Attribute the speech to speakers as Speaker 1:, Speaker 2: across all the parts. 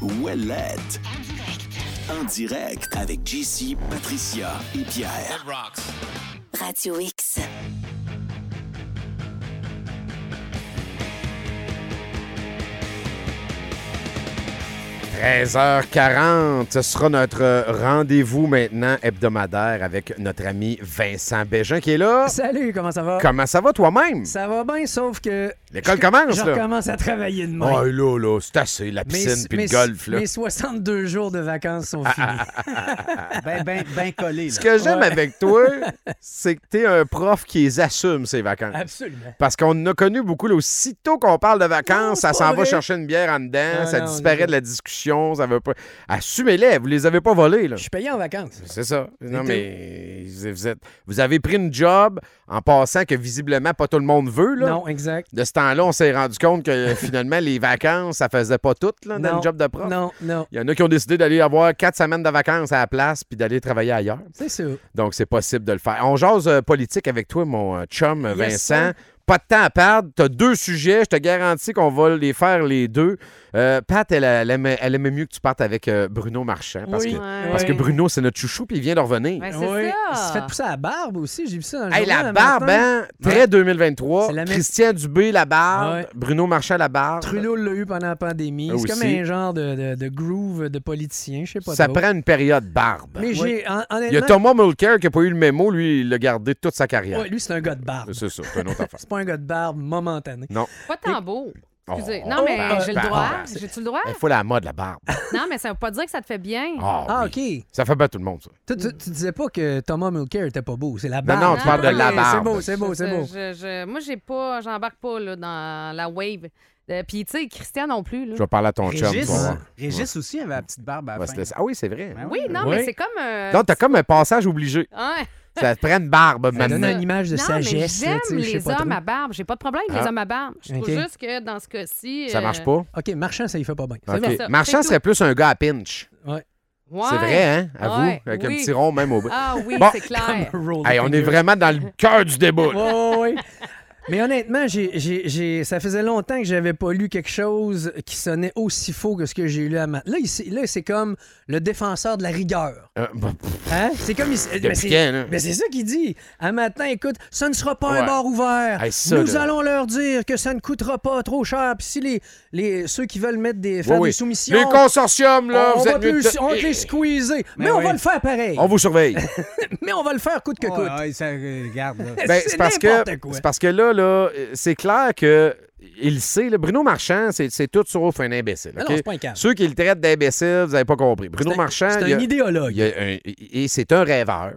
Speaker 1: Ouellette. En direct avec JC, Patricia et Pierre.
Speaker 2: Radio X.
Speaker 3: h 40 ce sera notre rendez-vous maintenant hebdomadaire avec notre ami Vincent Bégin qui est là.
Speaker 4: Salut, comment ça va?
Speaker 3: Comment ça va toi-même?
Speaker 4: Ça va bien, sauf que.
Speaker 3: L'école
Speaker 4: je-
Speaker 3: commence,
Speaker 4: je
Speaker 3: là.
Speaker 4: recommence à travailler demain.
Speaker 3: Oh là là, c'est assez, la piscine puis le golf. Là.
Speaker 4: Mes 62 jours de vacances sont finis.
Speaker 5: Ben, ben, ben collé.
Speaker 3: Ce
Speaker 5: Là.
Speaker 3: que j'aime avec toi, c'est que t'es un prof qui les assume, ses vacances.
Speaker 4: Ah. Absolument.
Speaker 3: Parce qu'on a connu beaucoup, là, aussitôt qu'on parle de vacances,
Speaker 4: Non, c'est
Speaker 3: ça
Speaker 4: pas
Speaker 3: s'en va
Speaker 4: vrai.
Speaker 3: chercher une bière en dedans,
Speaker 4: Non,
Speaker 3: ça
Speaker 4: non,
Speaker 3: disparaît
Speaker 4: non.
Speaker 3: de la discussion, ça veut pas. Assumez-les, vous les avez pas volés, là.
Speaker 4: Je suis payé en vacances.
Speaker 3: C'est ça. Non,
Speaker 4: tout.
Speaker 3: mais vous, êtes, vous avez pris une job en passant que visiblement pas tout le monde veut, là.
Speaker 4: Non, exact.
Speaker 3: De ce temps-là, on s'est rendu compte que finalement, les vacances, ça faisait pas tout, là, dans
Speaker 4: non,
Speaker 3: le job de prof.
Speaker 4: Non, non.
Speaker 3: Il y en a qui ont décidé d'aller avoir quatre semaines de vacances à la place puis d'aller travailler ailleurs.
Speaker 4: C'est ça.
Speaker 3: Donc, c'est possible de le faire. On jase euh, politique avec toi, mon euh, chum euh,
Speaker 4: Yes,
Speaker 3: Vincent. Pas de temps à perdre. Tu as deux sujets. Je te garantis qu'on va les faire les deux. Euh, Pat, elle, elle aimait, elle aimait mieux que tu partes avec euh, Bruno Marchand. Parce,
Speaker 4: Oui.
Speaker 3: que,
Speaker 6: Ouais.
Speaker 3: parce que Bruno, c'est notre chouchou, puis il vient de revenir.
Speaker 6: Ouais, Ben, c'est
Speaker 4: Oui. Il
Speaker 6: ça.
Speaker 4: s'est fait pousser la barbe aussi, j'ai vu ça dans le
Speaker 3: Hey,
Speaker 4: journal
Speaker 3: la
Speaker 4: un
Speaker 3: barbe,
Speaker 4: matin.
Speaker 3: hein? Très 2023.
Speaker 4: C'est la même-
Speaker 3: Christian Dubé, la barbe.
Speaker 4: Ouais.
Speaker 3: Bruno Marchand, la barbe.
Speaker 4: Trudeau l'a eu pendant la pandémie.
Speaker 3: Ah,
Speaker 4: C'est comme
Speaker 3: aussi.
Speaker 4: un genre de, de- de groove de politicien, je sais pas
Speaker 3: Ça
Speaker 4: trop.
Speaker 3: prend une période barbe.
Speaker 4: Mais j'ai...
Speaker 3: Il y
Speaker 4: hon-
Speaker 3: a
Speaker 4: Honnêtement...
Speaker 3: Thomas Mulcair qui n'a pas eu le mémo. Lui, il l'a gardé toute sa carrière.
Speaker 4: Ouais, lui, c'est un gars de barbe.
Speaker 3: C'est ça, c'est une autre affaire.
Speaker 4: C'est pas un gars de barbe momentanée.
Speaker 3: Non.
Speaker 6: Pas tant beau. Excusez.
Speaker 3: Oh,
Speaker 6: non, mais
Speaker 4: Ah,
Speaker 3: barbe,
Speaker 6: j'ai le
Speaker 4: ben,
Speaker 3: barbe,
Speaker 6: droit.
Speaker 3: barbe.
Speaker 6: J'ai-tu le droit?
Speaker 3: Il faut la mode, la barbe.
Speaker 6: Non, mais ça veut pas dire que ça te fait bien.
Speaker 3: Ah,
Speaker 4: Ah,
Speaker 3: oui.
Speaker 4: OK.
Speaker 3: Ça fait pas tout le monde, ça.
Speaker 4: Toi, tu, tu disais pas que Thomas Mulcair était pas beau. C'est la
Speaker 3: Non,
Speaker 4: barbe.
Speaker 3: non, tu parles de
Speaker 6: la
Speaker 4: Ok,
Speaker 3: barbe.
Speaker 4: C'est
Speaker 6: Je
Speaker 4: beau, c'est
Speaker 6: sais,
Speaker 4: beau, c'est beau.
Speaker 6: je- je- moi, j'ai pas, j'embarque pas là, dans la wave. Euh, Puis, tu sais, Christian non plus. Là.
Speaker 3: Je vais parler à ton chum. tu
Speaker 5: Régis,
Speaker 3: vas
Speaker 4: hein,
Speaker 3: voir.
Speaker 5: Régis aussi avait la petite barbe à
Speaker 3: On
Speaker 5: la
Speaker 3: va se
Speaker 5: fin.
Speaker 3: laisser- Ah oui, c'est vrai.
Speaker 5: Ben
Speaker 6: Oui, non,
Speaker 3: Oui.
Speaker 6: mais c'est comme. euh,
Speaker 3: Non, t'as comme un passage obligé.
Speaker 6: hein?
Speaker 3: Ça te prend une barbe
Speaker 4: Ça donne
Speaker 3: maintenant.
Speaker 4: une image de
Speaker 6: non,
Speaker 4: sagesse.
Speaker 6: mais
Speaker 4: là, tu sais,
Speaker 6: j'aime
Speaker 4: je sais
Speaker 6: les
Speaker 4: pas
Speaker 6: hommes
Speaker 4: trop.
Speaker 6: à barbe. J'ai pas de problème avec
Speaker 3: Ah.
Speaker 6: les hommes à barbe. Je trouve
Speaker 4: Ok.
Speaker 6: juste que dans ce cas-ci.
Speaker 3: Ça
Speaker 6: euh,
Speaker 3: marche pas.
Speaker 4: OK, Marchand, ça, il fait pas bien.
Speaker 6: c'est
Speaker 3: Ok.
Speaker 6: ça,
Speaker 3: Marchand
Speaker 6: c'est
Speaker 3: serait plus un gars à pinch.
Speaker 6: ouais.
Speaker 3: C'est vrai, hein? À vous?
Speaker 6: Ouais,
Speaker 3: Avec un
Speaker 6: oui.
Speaker 3: petit rond même au bout.
Speaker 6: Ah oui,
Speaker 3: Bon.
Speaker 6: c'est clair.
Speaker 4: Roll
Speaker 3: Hey, on est
Speaker 4: finger.
Speaker 3: vraiment dans le cœur du débat. là.
Speaker 4: Ouais, ouais, ouais. Mais honnêtement, j'ai, j'ai- j'ai- ça faisait longtemps que j'avais pas lu quelque chose qui sonnait aussi faux que ce que j'ai lu à ma... Là, il- c'est- là, c'est comme le défenseur de la rigueur.
Speaker 3: Euh, bah, pff,
Speaker 4: Hein? C'est comme... il-
Speaker 3: de
Speaker 4: mais c'est-
Speaker 3: piquant, là.
Speaker 4: Mais c'est ça qu'il dit. Un matin, écoute, ça ne sera pas
Speaker 3: Ouais.
Speaker 4: un bar ouvert.
Speaker 3: Hey, ça,
Speaker 4: Nous
Speaker 3: là.
Speaker 4: allons leur dire que ça ne coûtera pas trop cher. Puis si les, les, ceux qui veulent mettre des, faire
Speaker 3: Oui, oui.
Speaker 4: des soumissions,
Speaker 3: Les consortiums, là,
Speaker 4: on,
Speaker 3: vous
Speaker 4: va
Speaker 3: êtes mieux
Speaker 4: plus-
Speaker 3: de-
Speaker 4: on va te les squeezer. Mais,
Speaker 5: Mais
Speaker 4: on va
Speaker 5: oui.
Speaker 4: le faire pareil.
Speaker 3: On vous surveille.
Speaker 4: Mais on va le faire coûte que
Speaker 5: Ouais,
Speaker 4: coûte.
Speaker 5: ouais, ça euh, regarde, là.
Speaker 3: Ben,
Speaker 4: C'est
Speaker 3: c'est parce que
Speaker 4: n'importe quoi.
Speaker 3: c'est parce que là, là, euh, c'est clair que il sait. là, Bruno Marchand, c'est c'est tout sauf un imbécile.
Speaker 4: Non,
Speaker 3: ok?
Speaker 4: non, c'est pas un cave.
Speaker 3: Ceux qui le traitent d'imbécile, vous n'avez pas compris. Bruno
Speaker 4: C'est un-
Speaker 3: Marchand,
Speaker 4: C'est
Speaker 3: il a-
Speaker 4: un Mm-hmm. idéologue.
Speaker 3: il a un- et c'est un rêveur.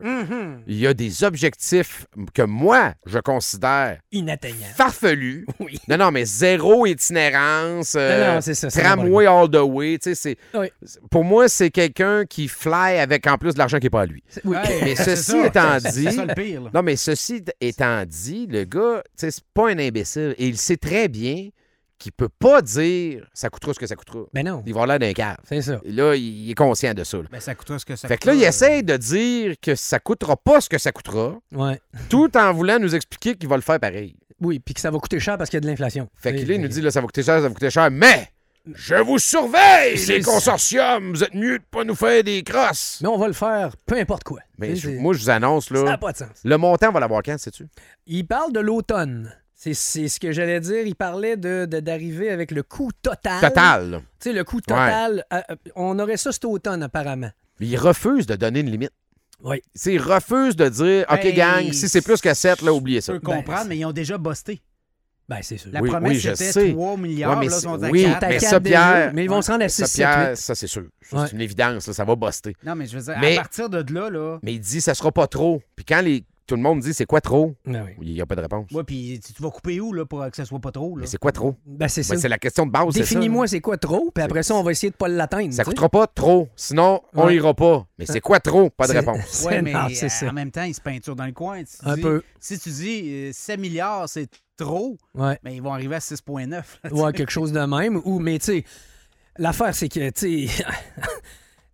Speaker 3: Il y a des objectifs que moi, je considère
Speaker 4: Inatteignable.
Speaker 3: farfelus.
Speaker 4: Oui.
Speaker 3: Non, non, mais zéro itinérance, euh,
Speaker 4: Non, non, c'est ça, c'est
Speaker 3: tramway all the way. tu sais, c'est-
Speaker 4: Oui.
Speaker 3: c'est- Pour moi, c'est quelqu'un qui fly avec en plus de l'argent qui n'est pas à lui.
Speaker 4: Oui.
Speaker 5: Ouais,
Speaker 3: Mais
Speaker 5: c'est
Speaker 3: ceci
Speaker 5: ça.
Speaker 3: étant
Speaker 5: C'est
Speaker 3: dit,
Speaker 5: ça le pire, là.
Speaker 3: non, mais ceci d- étant dit, le gars, tu sais, c'est pas un imbécile. Et il sait très bien qu'il peut pas dire ça coûtera ce que ça coûtera.
Speaker 4: Mais Ben non,
Speaker 3: Il va là d'un cave.
Speaker 4: c'est ça.
Speaker 3: Et là, il est conscient de ça. là.
Speaker 5: Ben, ça coûtera ce que ça
Speaker 3: Fait que là, il
Speaker 5: coûtera.
Speaker 3: essaye de dire que ça coûtera pas ce que ça coûtera,
Speaker 4: Ouais.
Speaker 3: tout en voulant nous expliquer qu'il va le faire pareil.
Speaker 4: Oui, puis que ça va coûter cher parce qu'il y a de l'inflation.
Speaker 3: Fait que
Speaker 4: Oui,
Speaker 3: là, il nous
Speaker 4: oui.
Speaker 3: dit là, ça va coûter cher, ça va coûter cher, mais je vous surveille,
Speaker 4: C'est
Speaker 3: les
Speaker 4: ça.
Speaker 3: consortiums, vous êtes mieux de pas nous faire des crosses.
Speaker 4: Mais on va le faire peu importe quoi.
Speaker 3: Mais
Speaker 4: Tu sais,
Speaker 3: je-
Speaker 4: c'est-
Speaker 3: moi, je vous annonce,
Speaker 4: ça n'a
Speaker 3: là,
Speaker 4: pas de sens.
Speaker 3: le montant, on va l'avoir quand, sais-tu?
Speaker 4: Il parle de l'automne. C'est, c'est ce que j'allais dire. Il parlait de, de- d'arriver avec le coût total.
Speaker 3: Total. là.
Speaker 4: Tu sais, le coût total. euh, euh, on aurait ça cet automne, apparemment.
Speaker 3: Mais il refuse de donner une limite.
Speaker 4: Oui.
Speaker 3: Tu sais, il refuse de dire, OK,
Speaker 5: Ben,
Speaker 3: gang, si c'est plus que 7, là, oubliez
Speaker 5: Je
Speaker 3: ça.
Speaker 5: peux
Speaker 4: Ben,
Speaker 5: comprendre, mais ils ont déjà busté.
Speaker 4: Ben, c'est sûr.
Speaker 5: La
Speaker 3: Oui,
Speaker 5: promesse,
Speaker 3: oui, je sais.
Speaker 5: c'était 3 milliards,
Speaker 3: Ouais, mais
Speaker 5: là, ils
Speaker 3: c'est-
Speaker 5: sont à
Speaker 3: oui,
Speaker 4: Ils sont à
Speaker 5: 4.
Speaker 3: mais
Speaker 4: quatre
Speaker 3: ça,
Speaker 4: déjà,
Speaker 3: Pierre-
Speaker 4: mais ils vont se rendre à 6,
Speaker 3: Ça,
Speaker 4: 7,
Speaker 3: Pierre, ça, c'est sûr. Ça,
Speaker 4: Ouais.
Speaker 3: C'est une évidence, là, ça va buster.
Speaker 5: Non, mais je veux dire,
Speaker 3: Mais-
Speaker 5: à partir de là, là...
Speaker 3: Mais il dit, ça sera pas trop. Puis quand les... tout le monde dit, c'est quoi trop?
Speaker 4: 8. Ben, oui.
Speaker 3: Il n'y a pas de réponse.
Speaker 5: Ouais, puis tu tu vas couper où, là, pour que ça soit pas trop, là?
Speaker 3: Mais c'est quoi trop?
Speaker 4: Ben, c'est
Speaker 3: Ben,
Speaker 4: ça.
Speaker 3: c'est la question de base. c'est ça.
Speaker 4: Définis-moi c'est quoi trop, puis après ça, on va essayer de pas l'atteindre.
Speaker 3: Ça
Speaker 4: tu sais.
Speaker 3: coûtera pas trop, sinon on
Speaker 4: Ouais.
Speaker 3: ira pas. Mais c'est quoi trop? Pas de
Speaker 4: C'est-
Speaker 3: réponse.
Speaker 4: c'est-
Speaker 5: Ouais, mais
Speaker 4: non,
Speaker 5: euh,
Speaker 4: c'est ça.
Speaker 5: en même temps, ils se peinturent dans le coin. Tu
Speaker 4: Un
Speaker 5: dis-
Speaker 4: peu.
Speaker 5: Si tu dis euh, 7 milliards, c'est trop,
Speaker 4: Ouais.
Speaker 5: mais ils vont arriver à 6,9. là, tu sais.
Speaker 4: Ouais, quelque chose de même. Ou, mais tu sais, l'affaire, c'est que, tu sais,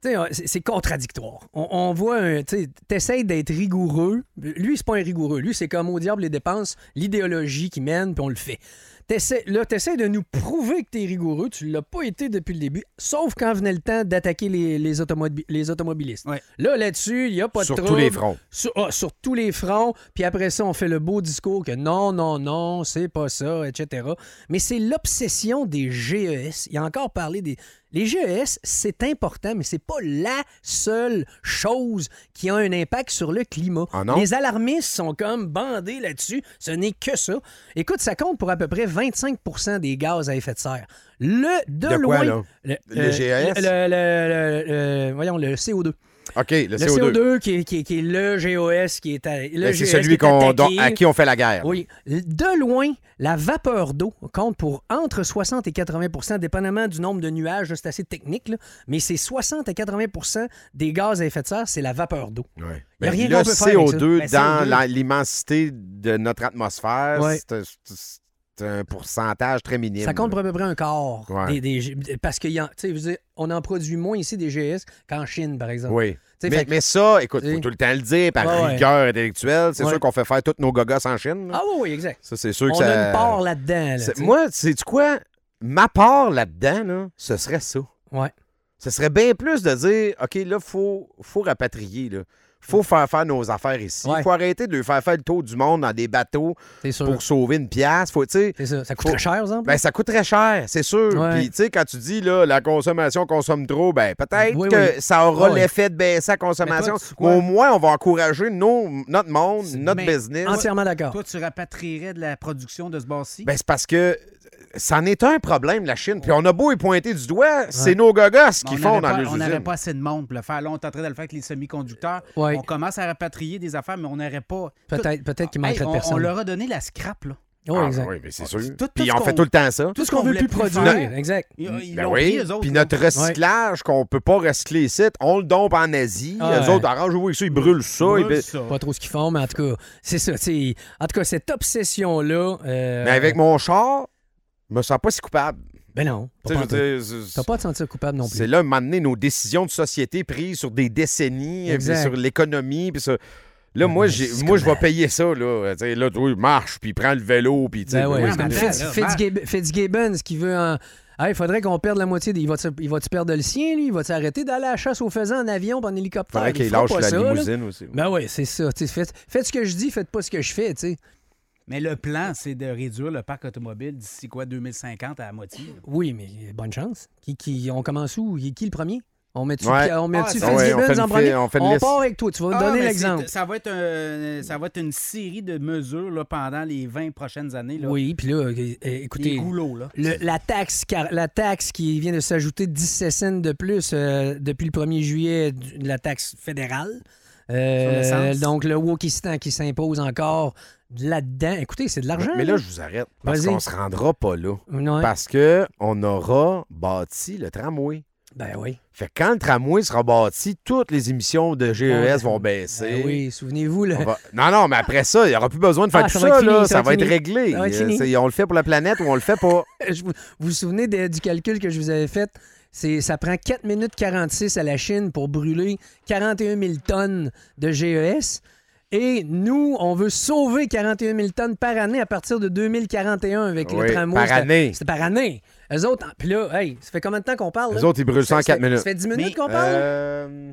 Speaker 4: tu sais, c'est- c'est contradictoire. On, on voit un. Tu sais, t'essayes d'être rigoureux. Lui, c'est pas un rigoureux. Lui, c'est comme au diable les dépenses, l'idéologie qui mène, puis on le fait. T'essaies- là, tu essaies de nous prouver que tu es rigoureux. Tu l'as pas été depuis le début, sauf quand venait le temps d'attaquer les, les automobi- les automobilistes.
Speaker 5: Ouais.
Speaker 4: Là, là-dessus, il n'y a pas
Speaker 3: Sur
Speaker 4: de
Speaker 3: tous les
Speaker 4: trouble.
Speaker 3: fronts.
Speaker 4: Sur, ah, sur tous les fronts. Puis après ça, on fait le beau discours que non, non, non, c'est pas ça, etc. Mais c'est l'obsession des GES. Il a encore parlé des. Les GES, c'est important, mais c'est pas la seule chose qui a un impact sur le climat.
Speaker 3: Ah non?
Speaker 4: Les alarmistes sont comme bandés là-dessus. Ce n'est que ça. Écoute, ça compte pour à peu près 25 des gaz à effet de serre. Le de,
Speaker 3: De quoi,
Speaker 4: loin.
Speaker 3: là? E
Speaker 4: Le,
Speaker 3: Le
Speaker 4: euh,
Speaker 3: GES?
Speaker 4: le- le- le- le- voyons, le CO2.
Speaker 3: OK, le,
Speaker 4: Le
Speaker 3: CO2.
Speaker 4: CO2, qui, est- qui est- qui est le GOS qui est, à- le
Speaker 3: Ben,
Speaker 4: GES
Speaker 3: C'est
Speaker 4: qui
Speaker 3: celui
Speaker 4: est
Speaker 3: qu'on, dont-
Speaker 4: attaqué.
Speaker 3: à qui on fait la guerre.
Speaker 4: Oui. De loin, la vapeur d'eau compte pour entre 60 et 80 dépendamment du nombre de nuages. là, C'est assez technique, là. mais c'est 60 à 80 des gaz à effet de serre, c'est la vapeur d'eau.
Speaker 3: Ouais.
Speaker 4: Y a
Speaker 3: Ben,
Speaker 4: rien
Speaker 3: le
Speaker 4: qu'on peut faire avec ça.
Speaker 3: CO2
Speaker 5: Ben,
Speaker 3: dans
Speaker 5: CO2.
Speaker 3: la- l'immensité de notre atmosphère,
Speaker 4: Ouais.
Speaker 3: c'est un- c'est un pourcentage très minime.
Speaker 4: Ça compte pour
Speaker 3: là.
Speaker 4: à peu près un quart.
Speaker 3: Ouais.
Speaker 4: Des, des- parce que, on en produit moins ici des GS qu'en Chine, par exemple.
Speaker 3: Oui.
Speaker 4: T'sais,
Speaker 3: Mais,
Speaker 4: fait que-
Speaker 3: mais ça, écoute, faut
Speaker 4: Oui.
Speaker 3: tout le temps le dire par
Speaker 4: Ouais, ouais.
Speaker 3: rigueur intellectuelle. C'est
Speaker 4: Ouais.
Speaker 3: sûr qu'on fait faire toutes nos gogosses en Chine. là.
Speaker 4: Ah oui, oui, exact.
Speaker 3: Ça, c'est sûr que
Speaker 4: On
Speaker 3: ça.
Speaker 4: a une part là-dedans. là,
Speaker 3: C'est-
Speaker 4: tu sais.
Speaker 3: Moi, sais-tu quoi? Ma part là-dedans, là, ce serait ça.
Speaker 4: Ouais.
Speaker 3: Ce serait bien plus de dire, OK, là, faut, faut rapatrier, là. Faut faire faire nos affaires ici.
Speaker 4: Ouais.
Speaker 3: Faut arrêter de leur faire faire le tour du monde dans des bateaux
Speaker 4: C'est sûr.
Speaker 3: pour sauver une pièce. Faut, tu sais,
Speaker 4: C'est ça. Ça coûte très cher, par exemple.
Speaker 3: ben, ça coûte très cher, c'est sûr.
Speaker 4: Ouais.
Speaker 3: Puis, tu sais, quand tu dis, là, la consommation consomme trop, ben, peut-être
Speaker 4: Oui,
Speaker 3: que
Speaker 4: oui.
Speaker 3: ça aura
Speaker 4: Ah, oui.
Speaker 3: l'effet de baisser la consommation.
Speaker 5: Mais toi, tu-
Speaker 3: Mais au moins, on va encourager nos, notre monde, notre
Speaker 5: mais-
Speaker 3: business.
Speaker 4: Entièrement d'accord.
Speaker 5: Toi, tu rapatrierais de la production de ce bar-ci?
Speaker 3: Ben, c'est parce que c'en est un problème, la Chine. Puis on a beau y pointer du doigt, c'est nos gogosses
Speaker 5: Mais
Speaker 3: qui
Speaker 5: on
Speaker 3: font dans
Speaker 5: avait pas-
Speaker 3: les
Speaker 5: On n'avait
Speaker 3: usines.
Speaker 5: pas assez de monde pour le faire. Là, on est en train de le faire avec les semi-conducteurs.
Speaker 4: Ouais.
Speaker 5: On commence à rapatrier des affaires, mais on n'aurait pas.
Speaker 4: Peut-être peut qu'il
Speaker 5: Hey,
Speaker 4: manquerait de
Speaker 5: on,
Speaker 4: personnes.
Speaker 5: on leur a donné la scrap, là.
Speaker 4: Oui,
Speaker 3: Ah,
Speaker 4: exact.
Speaker 3: oui, mais c'est sûr.
Speaker 5: tout
Speaker 3: Puis
Speaker 5: ce
Speaker 3: on fait
Speaker 5: qu'on-
Speaker 3: tout le temps ça.
Speaker 4: Tout ce qu'on veut
Speaker 5: voulait
Speaker 4: plus
Speaker 5: plus
Speaker 4: produire.
Speaker 5: faire.
Speaker 4: Exact.
Speaker 5: Ils, ils
Speaker 3: Ben
Speaker 5: l'ont
Speaker 3: oui.
Speaker 5: pris, eux autres.
Speaker 3: Puis
Speaker 5: là.
Speaker 3: notre recyclage qu'on peut pas recycler ici, on le dompe en Asie.
Speaker 4: Ah,
Speaker 3: Les
Speaker 4: ouais.
Speaker 3: autres, arrangez-vous avec ça, ils brûlent ça.
Speaker 5: Brûle
Speaker 3: ils ba-
Speaker 5: ça.
Speaker 4: Pas trop ce qu'ils font, mais en tout cas, c'est ça. tu sais. En tout cas, cette obsession-là. euh,
Speaker 3: Mais avec mon char, je me sens pas si coupable.
Speaker 4: Ben non. pas
Speaker 3: Tu sais, je
Speaker 4: pantoute.
Speaker 3: veux dire, c'est-
Speaker 4: T'as pas à te sentir coupable non
Speaker 3: c'est
Speaker 4: plus.
Speaker 3: là, un moment donné, nos décisions de société prises sur des décennies, puis
Speaker 4: Exact.
Speaker 3: sur l'économie, puis sur- Là, moi, j'ai-
Speaker 4: c'est
Speaker 3: moi je vais
Speaker 4: comme-
Speaker 3: payer ça. Là, Euh, Tu sais, là toi, marche, puis prends le vélo, puis... tu sais,
Speaker 4: Ben ouais,
Speaker 3: moi,
Speaker 5: oui,
Speaker 4: c'est
Speaker 5: mais
Speaker 4: comme
Speaker 5: là,
Speaker 4: Fitz-
Speaker 5: là,
Speaker 4: Fitzgib- Fitzgibbons qui veut en. Ah, il faudrait qu'on perde la moitié. Des... Il va-tu il va-tu perdre le sien, lui? Il va-tu arrêter d'aller à la chasse aux faisans en avion et en
Speaker 3: Il
Speaker 4: hélicoptère?
Speaker 3: faudrait
Speaker 4: Il
Speaker 3: qu'il
Speaker 4: fera
Speaker 3: lâche
Speaker 4: pas
Speaker 3: la
Speaker 4: ça, là.
Speaker 3: limousine aussi.
Speaker 4: Ben oui, c'est ça. tu sais, Faites, faites ce que je dis, faites pas ce que je fais, tu sais.
Speaker 5: Mais le plan, c'est de réduire le parc automobile d'ici quoi, 2050 à la moitié. là.
Speaker 4: Oui, mais bonne chance. Qui, qui, on commence où? Qui, qui le premier? On met-tu
Speaker 3: Ouais.
Speaker 4: on met
Speaker 5: Ah, ça-
Speaker 3: Ouais, on fait une
Speaker 4: en
Speaker 3: fi-
Speaker 4: premier?
Speaker 3: on fait une liste.
Speaker 4: part avec toi, tu vas
Speaker 5: Ah,
Speaker 4: donner
Speaker 5: mais
Speaker 4: l'exemple.
Speaker 5: c'est- Ça va, être un- ça va être une série de mesures là, pendant les 20 prochaines années. Là.
Speaker 4: Oui, puis là, euh, euh,
Speaker 5: Les
Speaker 4: écoutez,
Speaker 5: goulots, là.
Speaker 4: le- la, taxe, car- la taxe qui vient de s'ajouter 17 cents de plus euh, depuis le 1er juillet, du- de la taxe fédérale. Euh,
Speaker 5: Sur l'essence.
Speaker 4: donc, le Wokistan qui s'impose encore là-dedans. Écoutez, c'est de l'argent.
Speaker 3: Mais là, je vous arrête. Parce
Speaker 4: Vas-y.
Speaker 3: qu'on se rendra pas là.
Speaker 4: Ouais.
Speaker 3: Parce que on aura bâti le tramway.
Speaker 4: Ben oui.
Speaker 3: Fait que quand le tramway sera bâti, toutes les émissions de GES vont baisser.
Speaker 4: Ben oui, souvenez-vous, le,
Speaker 3: On va- Non, non, mais après ça, il n'y aura plus besoin de faire
Speaker 4: Ah,
Speaker 3: tout
Speaker 4: ça
Speaker 3: ça.
Speaker 4: va être
Speaker 3: là.
Speaker 4: fini, ça va
Speaker 3: Ça va
Speaker 4: être
Speaker 3: être
Speaker 4: fini.
Speaker 3: réglé.
Speaker 4: Ça va être
Speaker 3: Euh,
Speaker 4: fini.
Speaker 3: c'est- On le fait pour la planète ou on le fait pas.
Speaker 4: Je vous, vous vous souvenez de- du calcul que je vous avais fait? C'est, ça prend 4 minutes 46 à la Chine pour brûler 41 000 tonnes de GES. Et nous, on veut sauver 41 000 tonnes par année à partir de 2041 avec
Speaker 3: Oui,
Speaker 4: le tramway.
Speaker 3: par
Speaker 4: C'était-
Speaker 3: année.
Speaker 4: C'était par année. Eux autres, puis là, hey, ça fait combien de temps qu'on parle?
Speaker 3: Les
Speaker 4: là?
Speaker 3: autres, ils brûlent ça en
Speaker 4: Ça-
Speaker 3: 4
Speaker 4: ça-
Speaker 3: minutes.
Speaker 4: Ça fait 10 minutes
Speaker 5: Mais,
Speaker 4: qu'on parle?
Speaker 3: Euh,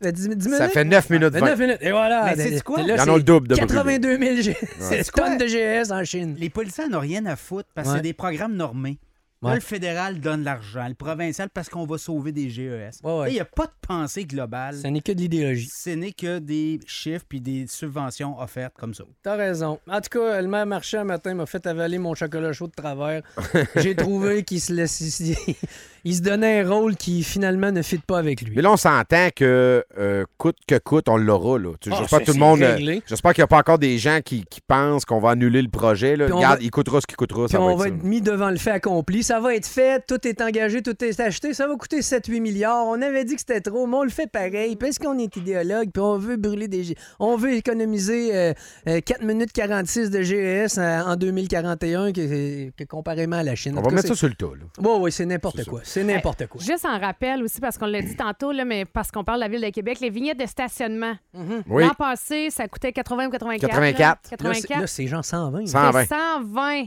Speaker 4: Ça fait 10, 10 minutes?
Speaker 3: Ça fait 9 minutes 20.
Speaker 4: 9 minutes. Et voilà.
Speaker 5: Mais sais-tu quoi?
Speaker 4: Là,
Speaker 3: Ils en
Speaker 4: c'est
Speaker 3: ont le double de brûlés.
Speaker 4: 82 000 G-
Speaker 5: Sais-tu quoi?
Speaker 4: tonnes de GES en Chine.
Speaker 5: Les policiers n'ont rien à foutre parce que
Speaker 4: Ouais.
Speaker 5: c'est des programmes normés.
Speaker 4: Ouais.
Speaker 5: Là, le fédéral donne l'argent, le provincial parce qu'on va sauver des E GES.
Speaker 4: Ouais, ouais.
Speaker 5: Là, Il n'y a pas de pensée globale.
Speaker 4: Ce n'est que de l'idéologie.
Speaker 5: Ce n'est que des chiffres puis des subventions offertes comme ça.
Speaker 4: T'as raison. En tout cas, le maire Marchand, un matin, m'a fait avaler mon chocolat chaud de travers. J'ai trouvé qu'il se laissait... Il se donnait un rôle qui, finalement, ne fit pas avec lui.
Speaker 3: Mais là, on s'entend que euh, coûte que coûte, on l'aura. là. Tu-
Speaker 4: Ah,
Speaker 3: J'espère
Speaker 4: ça,
Speaker 3: que tout
Speaker 4: c'est
Speaker 3: le monde. euh,
Speaker 4: réglé.
Speaker 3: J'espère qu'il n'y a pas encore des gens qui, qui pensent qu'on va annuler le projet. là.
Speaker 4: Puis on
Speaker 3: Regarde,
Speaker 4: va-
Speaker 3: il coûtera ce qu'il coûtera.
Speaker 4: Puis
Speaker 3: Ça va
Speaker 4: on
Speaker 3: être
Speaker 4: va
Speaker 3: ça.
Speaker 4: être mis devant le fait accompli. Ça va être fait, tout est engagé, tout est acheté. Ça va coûter 7-8 milliards. On avait dit que c'était trop, mais on le fait pareil. Parce qu'on est idéologue, puis on veut brûler des... G- On veut économiser euh, euh, 4 minutes 46 de GES euh, en 2041, que, que comparément à la Chine.
Speaker 3: On
Speaker 4: En
Speaker 3: va
Speaker 4: tout cas,
Speaker 3: mettre
Speaker 4: c'est-
Speaker 3: ça sur le tas. là.
Speaker 4: Ouais, ouais, c'est n'importe
Speaker 3: C'est ça.
Speaker 4: quoi. C'est n'importe quoi.
Speaker 6: Juste en rappel aussi, parce qu'on l'a dit tantôt, là, mais parce qu'on parle de la Ville de Québec, les vignettes de stationnement.
Speaker 4: Mhm.
Speaker 3: Oui.
Speaker 6: L'an passé, ça coûtait 80 ou 84.
Speaker 3: 84.
Speaker 6: là.
Speaker 4: Là, c'est-
Speaker 6: 84.
Speaker 4: Là, c'est genre 120.
Speaker 6: C'est
Speaker 3: 120.
Speaker 6: 120.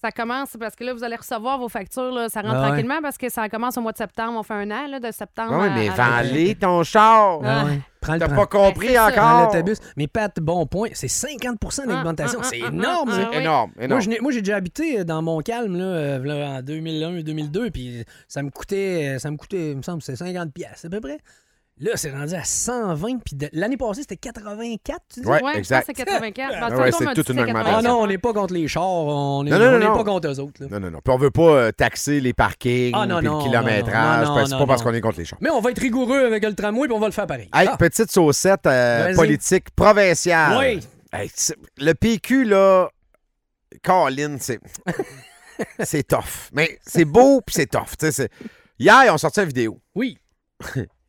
Speaker 6: Ça commence parce que là, vous allez recevoir vos factures. là. Ça rentre
Speaker 4: Ah ouais.
Speaker 6: tranquillement parce que ça commence au mois de septembre. On fait un an là, de septembre.
Speaker 3: Oui,
Speaker 6: à-
Speaker 3: Ah mais
Speaker 6: à-
Speaker 3: vends-les ton char.
Speaker 6: Ah.
Speaker 4: Ouais, ouais. Prends le
Speaker 3: T'as
Speaker 4: prends-
Speaker 3: pas compris
Speaker 6: Ben, c'est ça.
Speaker 4: prends
Speaker 3: encore.
Speaker 4: l'autobus. Mais Pat, bon point, c'est 50 d'augmentation.
Speaker 6: Ah, ah,
Speaker 4: c'est
Speaker 6: ah, ah,
Speaker 4: énorme,
Speaker 6: ah,
Speaker 4: ça.
Speaker 6: ah, oui.
Speaker 3: Énorme,
Speaker 4: Moi,
Speaker 3: énorme.
Speaker 4: je n'ai- Moi, j'ai déjà habité euh, dans mon calme là, euh, v'là en 2001-2002, puis ça me coûtait, euh, ça me coûtait, il me semble, c'est 50 pièces à peu près. Là, c'est rendu à 120, puis de- l'année passée, c'était 84, tu dis?
Speaker 3: Ouais,
Speaker 6: Ouais,
Speaker 3: exact.
Speaker 6: exact. c'est 84.
Speaker 3: Ah ouais, c'est toute une
Speaker 4: Ah
Speaker 3: augmentation.
Speaker 4: non, on n'est pas contre les chars, on n'est
Speaker 3: Non, non, non, non.
Speaker 4: pas contre eux autres. là.
Speaker 3: Non, non, non. Puis on veut pas euh, taxer les parkings,
Speaker 4: Ah, non,
Speaker 3: puis
Speaker 4: non,
Speaker 3: le kilométrage. parce que
Speaker 4: non, non, non,
Speaker 3: c'est pas parce
Speaker 4: non.
Speaker 3: qu'on est contre les chars.
Speaker 4: Mais on va être rigoureux avec le tramway, puis on va le faire pareil.
Speaker 3: Hey,
Speaker 4: Ah,
Speaker 3: petite saucette euh,
Speaker 4: Vas-y.
Speaker 3: politique provinciale.
Speaker 4: Oui.
Speaker 3: Hey, c'est- le PQ, là, Colin, c'est. c'est tough. Mais c'est beau, puis c'est tough. Tu sais, c'est- Hier, ils ont sorti une vidéo.
Speaker 4: Oui.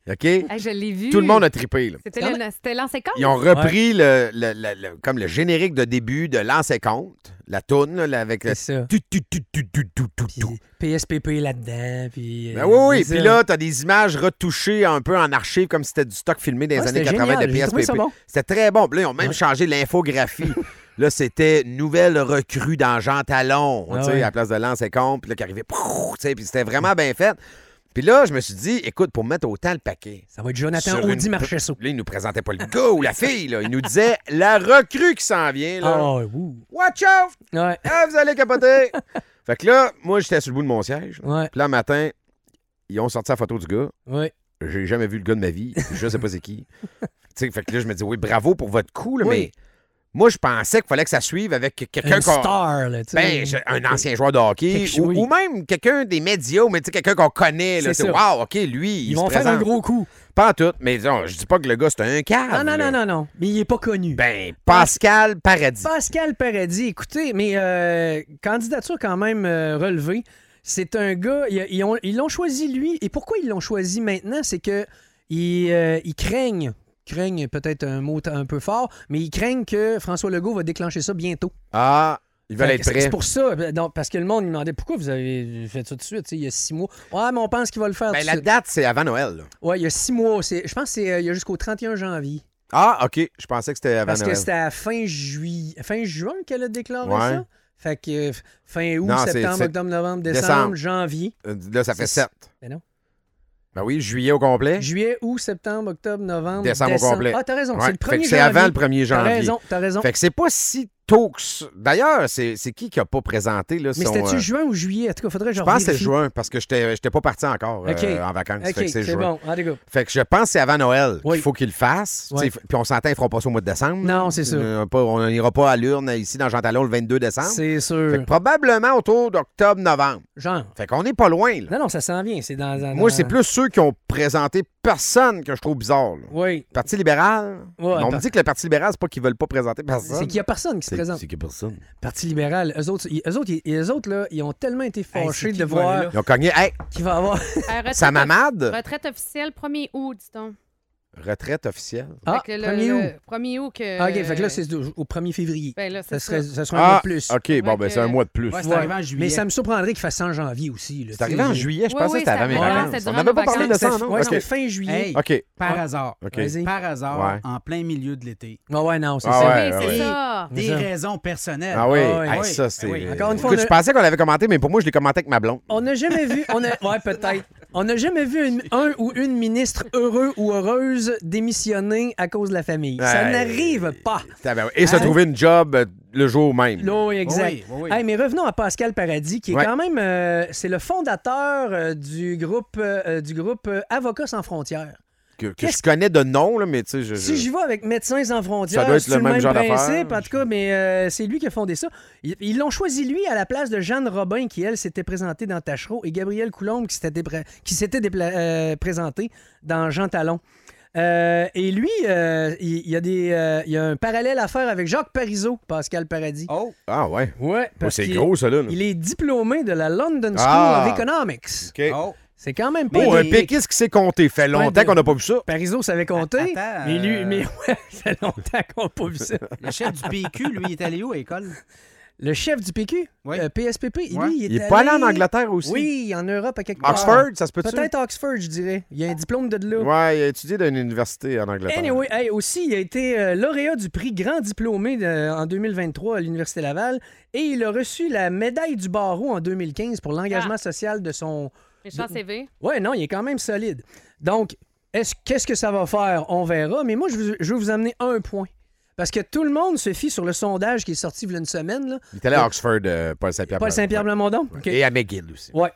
Speaker 3: OK?
Speaker 6: Hey, je l'ai vu.
Speaker 3: Tout le monde a trippé, là.
Speaker 6: C'était le- C'était l'ancien corps?
Speaker 3: Ils ont repris le, le- le- le- comme le générique de début de Lance et Compte, la toune, là, avec le.
Speaker 4: c'est ça.
Speaker 3: tu, tu, tu, tu, tu, tu, tu, tu.
Speaker 4: Puis PSPP là-dedans, puis...
Speaker 3: Ben
Speaker 4: euh,
Speaker 3: oui, oui.
Speaker 4: c'est
Speaker 3: Puis
Speaker 4: ça.
Speaker 3: là, t'as des images retouchées un peu en archive, comme si c'était du stock filmé des
Speaker 4: Ouais,
Speaker 3: années
Speaker 4: c'était
Speaker 3: 80
Speaker 4: génial,
Speaker 3: de
Speaker 4: j'ai trouvé ça
Speaker 3: PSPP.
Speaker 4: bon.
Speaker 3: C'était très bon. Puis là, ils ont même changé l'infographie. là, c'était nouvelle recrue dans Jean Talon,
Speaker 4: Ah
Speaker 3: tu sais,
Speaker 4: ouais.
Speaker 3: à la place de Lance et Comte. Puis là, qui arrivait, prou, tu sais, puis c'était vraiment bien fait. Puis là, je me suis dit, écoute, pour mettre autant le paquet.
Speaker 4: Ça va être Jonathan
Speaker 3: sur une-
Speaker 4: Audi Marchesso.
Speaker 3: Là, il nous présentait pas le gars ou la fille, là. Il nous disait la recrue qui s'en vient, là.
Speaker 4: Ah, ouh.
Speaker 3: Watch out!
Speaker 4: Ouais,
Speaker 3: Ah, vous allez capoter! fait que là, moi, j'étais sur le bout de mon siège.
Speaker 4: ouais,
Speaker 3: Puis là, le matin, ils ont sorti la photo du gars.
Speaker 4: ouais.
Speaker 3: J'ai jamais vu le gars de ma vie. Je sais pas c'est qui. Tu sais, fait que là, je me dis, oui, bravo pour votre coup, là,
Speaker 4: Oui.
Speaker 3: mais moi, je pensais qu'il fallait que ça suive avec quelqu'un
Speaker 4: Une
Speaker 3: qu'on.
Speaker 4: star, là, tu sais.
Speaker 3: Ben, je- un ancien joueur de hockey
Speaker 4: Quelque
Speaker 3: ou,
Speaker 4: chose.
Speaker 3: ou même quelqu'un des médias, mais tu sais, quelqu'un qu'on connaît. Là,
Speaker 4: C'est
Speaker 3: tu sais,
Speaker 4: ça.
Speaker 3: wow, OK, lui, il
Speaker 4: Ils
Speaker 3: se
Speaker 4: vont faire un
Speaker 3: présente.
Speaker 4: gros coup.
Speaker 3: Pas en tout, mais disons, je dis pas que le gars, c'est un cave.
Speaker 4: Ah non,
Speaker 3: là.
Speaker 4: non, non, non. Mais il est pas connu.
Speaker 3: Ben, Pascal Paradis.
Speaker 4: Pascal Paradis, écoutez, mais euh, candidature quand même euh, relevée. C'est un gars, ils- ils ont- ils l'ont choisi lui. Et pourquoi ils l'ont choisi maintenant? C'est que ils, euh, ils craignent, craignent peut-être un mot t- un peu fort, mais ils craignent que François Legault va déclencher ça bientôt.
Speaker 3: Ah, ils veulent
Speaker 4: Fait que
Speaker 3: être
Speaker 4: c'est-
Speaker 3: prêts.
Speaker 4: C'est pour ça, ben, donc, parce que le monde il demandait pourquoi vous avez fait ça tout de suite, tu sais, il y a six mois. Ouais, mais on pense qu'il va le faire
Speaker 3: Ben,
Speaker 4: tout de
Speaker 3: la
Speaker 4: suite.
Speaker 3: date, c'est avant Noël. là.
Speaker 4: Ouais, il y a six mois. c'est- Je pense qu'il y a jusqu'au 31 janvier.
Speaker 3: Ah, ben, OK. Je pensais que c'était avant
Speaker 4: Parce que
Speaker 3: Noël.
Speaker 4: c'était à fin, juillet, fin juin qu'elle a déclaré
Speaker 3: Ouais.
Speaker 4: ça. Fait que euh, fin août,
Speaker 3: Non, c'est-
Speaker 4: septembre,
Speaker 3: c'est-
Speaker 4: octobre, novembre, décembre,
Speaker 3: décembre.
Speaker 4: janvier.
Speaker 3: Euh, Là, ça fait
Speaker 4: C'est-
Speaker 3: 7.
Speaker 4: Ben non.
Speaker 3: Ben oui, juillet au complet.
Speaker 4: Juillet, août, septembre, octobre, novembre,
Speaker 3: Décembre au complet.
Speaker 4: Ah, t'as raison,
Speaker 3: Ouais.
Speaker 4: c'est le
Speaker 3: Fait que
Speaker 4: 1er
Speaker 3: c'est
Speaker 4: janvier.
Speaker 3: avant le 1er
Speaker 4: T'as
Speaker 3: janvier.
Speaker 4: raison, t'as raison.
Speaker 3: Fait que c'est pas si tôt que ça. D'ailleurs, c'est c'est qui qui a pas présenté là,
Speaker 4: Mais
Speaker 3: son,
Speaker 4: c'était-tu
Speaker 3: euh,
Speaker 4: juin ou juillet? En tout cas, faudrait que
Speaker 3: Je pense que c'est
Speaker 4: revérifie.
Speaker 3: juin parce que j'étais j'étais pas parti encore euh,
Speaker 4: OK.
Speaker 3: en vacances. Fait
Speaker 4: OK,
Speaker 3: que c'est
Speaker 4: c'est
Speaker 3: juin.
Speaker 4: bon. En tout cas.
Speaker 3: Fait que je pense que c'est avant Noël
Speaker 4: Oui.
Speaker 3: qu'il faut qu'ils le fassent.
Speaker 4: Oui.
Speaker 3: Tu sais, Puis on s'entend, ils feront pas ça au mois de décembre.
Speaker 4: Non, c'est sûr.
Speaker 3: Euh, pas- on n'ira pas à l'urne ici dans Jean Talon le 22 décembre.
Speaker 4: C'est
Speaker 3: Fait que
Speaker 4: sûr.
Speaker 3: probablement autour d'octobre-novembre.
Speaker 4: Genre.
Speaker 3: Fait qu'on n'est pas loin. là.
Speaker 4: Non, non, ça s'en vient. C'est dans, dans-
Speaker 3: Moi,
Speaker 4: dans-
Speaker 3: c'est plus ceux qui ont présenté personne que je trouve bizarre. là.
Speaker 4: Oui.
Speaker 3: Parti libéral.
Speaker 4: Ouais,
Speaker 3: on
Speaker 4: par-
Speaker 3: me dit que le Parti libéral, c'est pas qu'ils veulent pas présenter personne.
Speaker 4: C'est qu'il n'y a personne qui se présente.
Speaker 3: C'est qu'il y a personne.
Speaker 4: Parti libéral, eux autres, ils- eux autres, ils- eux autres, là, ils ont tellement été fâchés
Speaker 5: c'est qui
Speaker 4: de
Speaker 5: qui va aller
Speaker 4: voir
Speaker 5: là?
Speaker 3: Ils ont cogné. Hey,
Speaker 4: qu'il va y avoir.
Speaker 6: Euh, retraite
Speaker 3: ça
Speaker 6: offi-
Speaker 3: mamade.
Speaker 6: Retraite officielle, 1er août, dit-on.
Speaker 3: Retraite officielle.
Speaker 4: Ah,
Speaker 6: Fait que le-
Speaker 4: 1er
Speaker 6: le-
Speaker 4: août.
Speaker 6: 1er août que.
Speaker 4: Ah, OK, fait que là, c'est au au 1er février.
Speaker 6: Ben là, c'est
Speaker 4: Ça serait,
Speaker 6: ça.
Speaker 4: ça serait un mois de plus.
Speaker 3: Ah, OK, bon, ben c'est un mois de plus.
Speaker 5: Ouais, c'est
Speaker 4: Ouais.
Speaker 5: arrivé en juillet.
Speaker 4: Mais ça me surprendrait qu'il fasse ça en janvier aussi. là,
Speaker 3: C'est
Speaker 4: tu
Speaker 3: arrivé en
Speaker 4: sais.
Speaker 3: juillet, je
Speaker 6: Oui,
Speaker 3: pensais
Speaker 6: oui,
Speaker 3: que c'était
Speaker 6: c'est
Speaker 3: avant mes
Speaker 4: avant-
Speaker 3: vacances.
Speaker 6: c'est
Speaker 3: On
Speaker 6: durant
Speaker 3: n'avait
Speaker 6: nos
Speaker 3: pas parlé de
Speaker 6: vacances.
Speaker 3: ça,
Speaker 4: C'était
Speaker 3: non?
Speaker 4: ouais,
Speaker 3: OK.
Speaker 4: c'était fin juillet.
Speaker 5: Hey,
Speaker 3: OK.
Speaker 5: Par
Speaker 4: Ouais.
Speaker 5: hasard.
Speaker 3: OK.
Speaker 4: Vas-y.
Speaker 5: Par hasard,
Speaker 3: Ouais.
Speaker 5: en plein milieu de l'été.
Speaker 4: Ah ouais, non, c'est
Speaker 3: Ah
Speaker 4: ça.
Speaker 3: ouais,
Speaker 6: oui,
Speaker 3: ouais.
Speaker 6: c'est ça.
Speaker 4: Ah, Mais
Speaker 5: Des
Speaker 4: ça-
Speaker 5: raisons personnelles.
Speaker 3: Ah oui,
Speaker 4: Ah oui.
Speaker 3: Hey,
Speaker 5: Oui.
Speaker 3: ça, c'est.
Speaker 5: Oui.
Speaker 4: Encore une fois,
Speaker 3: Écoute,
Speaker 4: on a-
Speaker 3: je pensais qu'on l'avait commenté, mais pour moi, je l'ai commenté avec ma blonde.
Speaker 4: On n'a jamais vu. On a, ouais, peut-être. On n'a jamais vu une- un ou une ministre heureux ou heureuse démissionner à cause de la famille. Ça
Speaker 3: Ouais.
Speaker 4: n'arrive pas.
Speaker 3: Et se
Speaker 4: Hey.
Speaker 3: trouver une job euh, le jour même.
Speaker 4: Non, oui, exact.
Speaker 5: Oui, oui, oui.
Speaker 4: Hey, mais revenons à Pascal Paradis, qui est
Speaker 3: Ouais.
Speaker 4: quand même, euh, c'est le fondateur euh, du groupe, euh, du groupe euh, Avocats sans frontières.
Speaker 3: Que, que
Speaker 4: Qu'est-ce-
Speaker 3: je connais de nom, là, mais tu sais, je.
Speaker 4: Si j'y vais avec Médecins sans frontières,
Speaker 3: Ça doit être
Speaker 4: c'est
Speaker 3: le même genre d'affaire.
Speaker 4: principe, en tout cas, mais euh, c'est lui qui a fondé ça. Ils ils l'ont choisi, lui, à la place de Jeanne Robin, qui, elle, s'était présentée dans Tachereau, et Gabrielle Coulombe, qui s'était, dépra- qui s'était dépla- euh, présentée dans Jean Talon. Euh, et lui, euh, il il y, a des, euh, il y a un parallèle à faire avec Jacques Parizeau, Pascal Paradis.
Speaker 5: Oh,
Speaker 3: Ah, ouais.
Speaker 4: Ouais,
Speaker 3: Oh,
Speaker 4: parce
Speaker 3: c'est
Speaker 4: qu'il-
Speaker 3: gros, ça, là. là.
Speaker 4: Il est diplômé de la London School
Speaker 3: Ah.
Speaker 4: of Economics.
Speaker 3: OK.
Speaker 5: oh.
Speaker 4: C'est quand même pas...
Speaker 3: Pour
Speaker 4: des-
Speaker 3: un péquiste qui s'est compté, fait longtemps
Speaker 4: de-
Speaker 3: qu'on n'a pas vu ça.
Speaker 4: Parizeau savait compter,
Speaker 5: Attends,
Speaker 4: mais lui...
Speaker 5: euh,
Speaker 4: Mais ouais, ça fait longtemps qu'on n'a pas vu ça.
Speaker 5: Le chef du PQ, lui, il est allé où à l'école?
Speaker 4: Le chef du PQ,
Speaker 5: Oui.
Speaker 4: euh, PSPP, lui,
Speaker 5: Ouais.
Speaker 4: il est
Speaker 3: Il est pas allé en
Speaker 4: allé-
Speaker 3: Angleterre aussi?
Speaker 4: Oui, en Europe à quelque part.
Speaker 3: Oxford, ça se peut-tu?
Speaker 4: Peut-être Oxford, je dirais. Il a un diplôme de là.
Speaker 3: Ouais, il a étudié dans une université en Angleterre.
Speaker 4: Anyway, hey, aussi, il a été euh, lauréat du prix Grand Diplômé de- en 2023 à l'Université Laval et il a reçu la médaille du barreau en 2015 pour l'engagement
Speaker 5: Ah.
Speaker 4: social de son.
Speaker 6: Méchant CV.
Speaker 4: Ouais, non, il est quand même solide. Donc, est-ce qu'est-ce que ça va faire? On verra. Mais moi, je, vous- je vais vous amener un point. Parce que tout le monde se fie sur le sondage qui est sorti il y a une semaine, là.
Speaker 3: Il est allé à Oxford, euh, Paul Saint-Pierre.
Speaker 4: Paul Saint-Pierre Blamondon. OK.
Speaker 3: Et à McGill aussi.
Speaker 4: Ouais.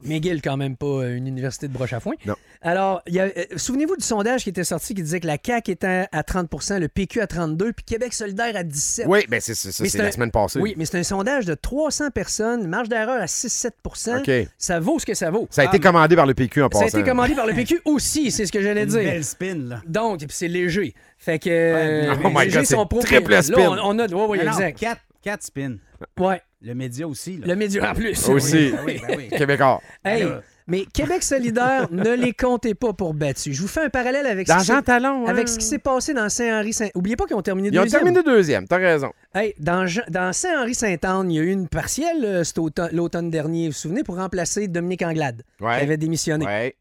Speaker 4: McGill, quand même pas euh, une université de broche à foin.
Speaker 3: Non.
Speaker 4: Alors, il y a- euh, souvenez-vous du sondage qui était sorti qui disait que la CAQ était à 30 le PQ à 32 puis Québec solidaire à 17
Speaker 3: Oui, mais c'est c'est-
Speaker 4: Mais
Speaker 3: c'est
Speaker 4: c'est un-
Speaker 3: la semaine passée.
Speaker 4: Oui, mais c'est un sondage de 300 personnes, marge d'erreur à 6-7
Speaker 3: OK.
Speaker 4: Ça vaut ce que ça vaut.
Speaker 3: Ça hein. a été commandé par le PQ en
Speaker 4: Ah, Ça a
Speaker 3: passant.
Speaker 4: été commandé par le PQ aussi, c'est ce que j'allais
Speaker 5: Une
Speaker 4: dire.
Speaker 5: belle spin, là.
Speaker 4: Donc, et puis c'est léger. Fait que. euh,
Speaker 5: mais- Oh
Speaker 4: les
Speaker 3: my
Speaker 4: légers
Speaker 3: God,
Speaker 4: sont
Speaker 3: c'est
Speaker 4: pro-
Speaker 3: triple
Speaker 4: Là,
Speaker 3: spin.
Speaker 4: on, on a. Oui, oui,
Speaker 5: Non, non,
Speaker 4: exact.
Speaker 5: quatre, quatre spins.
Speaker 4: Ouais,
Speaker 5: Le média aussi, là.
Speaker 4: le média en plus.
Speaker 3: Aussi.
Speaker 5: Ben oui, ben oui.
Speaker 3: Québécois.
Speaker 4: Hey,
Speaker 5: Alors-
Speaker 4: mais Québec solidaire, ne les comptez pas pour battus. Je vous fais un parallèle avec ce
Speaker 3: Dans
Speaker 4: qui s'est-
Speaker 3: Jean Talon. hein.
Speaker 4: avec ce qui s'est passé dans Saint-Henri-Saint. Oubliez pas qu'ils ont terminé
Speaker 3: Ils ont
Speaker 4: deuxième.
Speaker 3: terminé deuxième, t'as raison.
Speaker 4: Hey, dans Jean- dans Saint-Henri-Saint-Anne, il y a eu une partielle euh, cet automne- l'automne dernier, vous vous souvenez, pour remplacer Dominique Anglade, qui
Speaker 3: Ouais.
Speaker 4: avait démissionné.
Speaker 3: Ouais.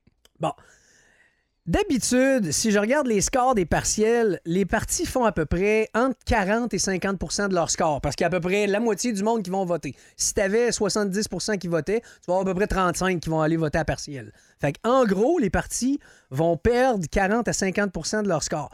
Speaker 4: D'habitude, si je regarde les scores des partiels, les partis font à peu près entre 40 et 50 de leur score, parce qu'il y a à peu près la moitié du monde qui vont voter. Si tu avais 70 qui votaient, tu vas avoir à peu près 35 qui vont aller voter à partiel. Fait que, en gros, les partis vont perdre 40 à 50 de leur score.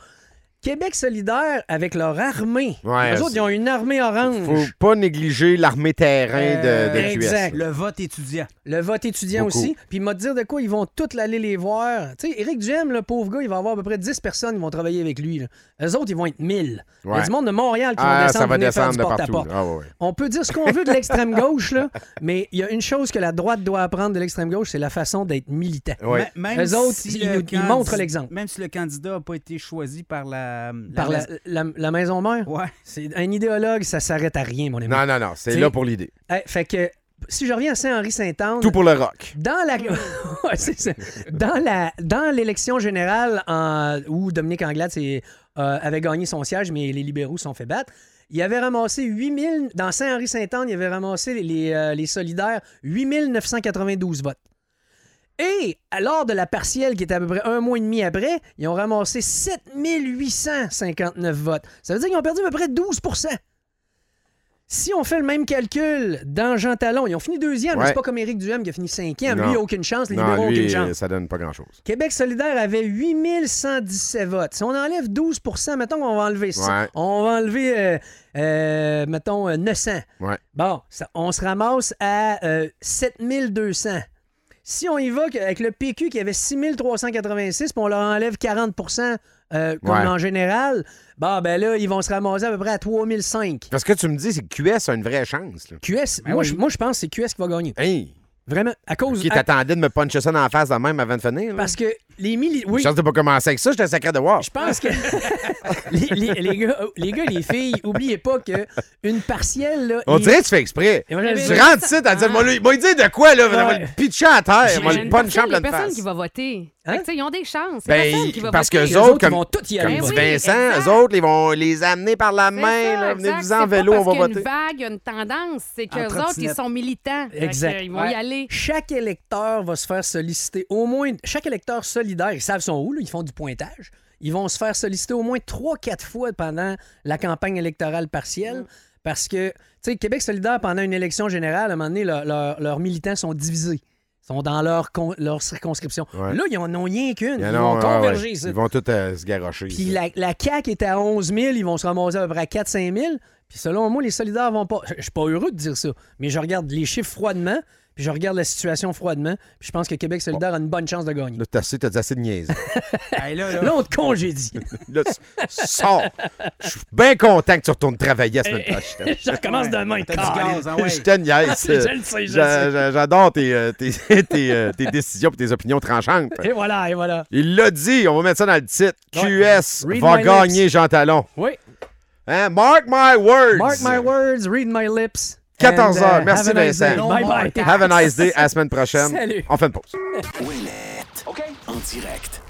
Speaker 4: Québec solidaire, avec leur armée,
Speaker 3: Ouais,
Speaker 4: les autres,
Speaker 3: c'est-
Speaker 4: ils ont une armée orange.
Speaker 3: Faut pas négliger l'armée terrain
Speaker 5: Euh,
Speaker 3: de, des QS.
Speaker 4: exact.
Speaker 5: Le vote étudiant.
Speaker 4: Le vote étudiant
Speaker 3: Beaucoup.
Speaker 4: aussi. Puis il m'a dit de quoi ils vont tous aller les voir. Tu sais, Éric Duhem, le pauvre gars, il va avoir à peu près 10 personnes qui vont travailler avec lui. là. Eux autres, ils vont être 1000. Il y a
Speaker 3: Ouais.
Speaker 4: du monde de Montréal qui vont
Speaker 3: Ah,
Speaker 4: descendre,
Speaker 3: ça va
Speaker 4: venir faire
Speaker 3: descendre
Speaker 4: du
Speaker 3: de partout.
Speaker 4: porte-à-porte.
Speaker 3: Ah, ouais, ouais.
Speaker 4: On peut dire ce qu'on veut de l'extrême gauche, là, mais il y a une chose que la droite doit apprendre de l'extrême gauche, c'est la façon d'être militant.
Speaker 3: Ouais.
Speaker 5: M- Même
Speaker 4: Eux autres,
Speaker 5: si
Speaker 4: ils
Speaker 5: le
Speaker 4: nous- ils montrent
Speaker 5: candid-
Speaker 4: l'exemple.
Speaker 5: Même si le candidat n'a pas été choisi par la.
Speaker 4: Par la, la- la maison mère,
Speaker 5: Ouais.
Speaker 4: c'est un idéologue, ça s'arrête à rien, mon ami.
Speaker 3: Non, non, non, c'est
Speaker 4: T'sais-
Speaker 3: là pour l'idée.
Speaker 4: Eh, fait que si je reviens à Saint-Henri-Saint-Anne,
Speaker 3: Tout pour le rock.
Speaker 4: Dans la Ouais, c'est ça. dans la dans l'élection générale en- où Dominique Anglade s'est- euh, avait gagné son siège mais les libéraux se sont fait battre, il avait ramassé 8000 dans Saint-Henri-Saint-Anne, il avait ramassé les les, euh, les solidaires 8992 votes. Et lors de la partielle, qui était à peu près un mois et demi après, ils ont ramassé 7859 votes. Ça veut dire qu'ils ont perdu à peu près 12 Si on fait le même calcul dans Jean Talon, ils ont fini deuxième, mais
Speaker 3: Ouais.
Speaker 4: c'est pas comme Éric Duhem qui a fini cinquième.
Speaker 3: Non.
Speaker 4: Lui, il a aucune chance. Les libéraux
Speaker 3: Non,
Speaker 4: ont
Speaker 3: lui, euh,
Speaker 4: aucune chance.
Speaker 3: ça donne pas grand-chose.
Speaker 4: Québec solidaire avait 8117 votes. Si on enlève 12 mettons qu'on va enlever ça.
Speaker 3: Ouais.
Speaker 4: On va enlever, euh, euh, mettons, euh, 900.
Speaker 3: Ouais.
Speaker 4: Bon, ça- on se ramasse à euh, 7200. Si on y va que- avec le PQ qui avait 6386, puis on leur enlève 40 euh, comme
Speaker 3: Ouais.
Speaker 4: en général, bon, ben là, ils vont se ramasser à peu près à 3005.
Speaker 3: Parce que tu me dis, c'est que QS a une vraie chance. Là.
Speaker 4: QS,
Speaker 5: Ben
Speaker 4: moi,
Speaker 5: oui.
Speaker 4: je, moi, je pense que c'est QS qui va gagner.
Speaker 3: Hey!
Speaker 4: Vraiment, à cause...
Speaker 3: Qui
Speaker 4: à-
Speaker 3: t'attendait de me puncher ça dans la face de même avant de finir? Là.
Speaker 4: parce que les militaires... Oui,
Speaker 3: Je pense que t'as pas commencé avec ça, j'étais sacré de voir.
Speaker 4: Je pense que les, les- les gars, les gars, les filles, oubliez pas que une partielle là,
Speaker 3: On
Speaker 4: il-
Speaker 3: dirait que tu fais exprès.
Speaker 4: Et moi,
Speaker 6: Eh
Speaker 4: j'avais-
Speaker 3: Tu rentres ici, t'as dit, moi, lui, moi, il dit de quoi, là? On va le pitcher à terre, on va
Speaker 6: Une
Speaker 3: le puncher en
Speaker 6: personne- les
Speaker 3: pleine
Speaker 6: personnes
Speaker 3: face.
Speaker 6: qui vont voter.
Speaker 4: Hein?
Speaker 6: Fait que, tu sais, ils ont des chances.
Speaker 3: Ben,
Speaker 6: Les personnes qui vont
Speaker 3: parce
Speaker 6: voter.
Speaker 4: les
Speaker 3: qu'eux autres,
Speaker 4: autres, ils
Speaker 3: comme-
Speaker 4: vont tous y
Speaker 3: Comme
Speaker 4: aller.
Speaker 6: Ben
Speaker 3: dit
Speaker 4: voter.
Speaker 6: oui.
Speaker 3: Vincent,
Speaker 6: exact.
Speaker 3: eux autres, ils vont les amener par la main, là, venez-vous en vélo, on va
Speaker 6: C'est
Speaker 3: voter.
Speaker 6: pas parce qu'il y a une vague, il y a une tendance. C'est
Speaker 5: En
Speaker 6: qu'eux autres,
Speaker 5: trottinette.
Speaker 6: ils sont militants. Fait
Speaker 4: Exact.
Speaker 6: que, Ils vont
Speaker 4: Ouais.
Speaker 6: y aller.
Speaker 4: Chaque électeur va se faire solliciter au moins chaque électeur solidaire, ils savent son où là, ils font du pointage. Ils vont se faire solliciter au moins 3-4 fois pendant la campagne électorale partielle.
Speaker 6: Mm.
Speaker 4: Parce que, tu sais, Québec solidaire, pendant une élection générale, à un moment donné, leur- leur- leurs militants sont divisés. Ils sont dans leur, con- leur circonscription.
Speaker 3: Ouais.
Speaker 4: Là, ils en ont rien qu'une.
Speaker 3: Il y
Speaker 4: Ils
Speaker 3: en
Speaker 4: vont
Speaker 3: a, ouais, ouais.
Speaker 4: converger. ça.
Speaker 3: Ils vont tous euh, se garocher.
Speaker 4: Puis
Speaker 3: ça.
Speaker 4: la, la CAQ était à 11 000, ils vont se ramasser à peu près à 4-5 000. Puis selon moi, les solidaires vont pas. Je je suis pas heureux de dire ça, mais je regarde les chiffres froidement, puis je regarde la situation froidement, puis je pense que Québec solidaire a une bonne chance de gagner.
Speaker 3: Là, t'as assez, t'as dit assez de niaise.
Speaker 5: Hey, là, là.
Speaker 4: Là, on te congédie.
Speaker 3: Là, tu sors. Je suis bien content que tu retournes travailler la semaine prochaine.
Speaker 4: je recommence demain.
Speaker 5: T'as
Speaker 4: Colin.
Speaker 5: du gaz, hein, ouais.
Speaker 3: Je te niaise.
Speaker 4: Je le sais, je
Speaker 3: J'a-
Speaker 4: le
Speaker 3: j'a- J'adore tes, euh, tes, tes, euh, tes décisions et tes opinions tranchantes.
Speaker 4: sais. Et voilà, et voilà.
Speaker 3: Il l'a dit, on va mettre ça dans le titre.
Speaker 4: Ouais.
Speaker 3: QS
Speaker 4: Read
Speaker 3: va
Speaker 4: my
Speaker 3: gagner Jean Talon.
Speaker 4: Oui.
Speaker 3: Hein? Mark my words.
Speaker 4: Mark my words, read my lips.
Speaker 3: 14
Speaker 4: and,
Speaker 3: heures.
Speaker 4: uh,
Speaker 3: Merci,
Speaker 4: have a nice
Speaker 3: Vincent.
Speaker 4: day.
Speaker 5: Non,
Speaker 4: Bye bye.
Speaker 5: Mark.
Speaker 3: Have a nice day. À la semaine prochaine.
Speaker 4: Salut.
Speaker 3: On fait une pause.
Speaker 1: Ouellette. En direct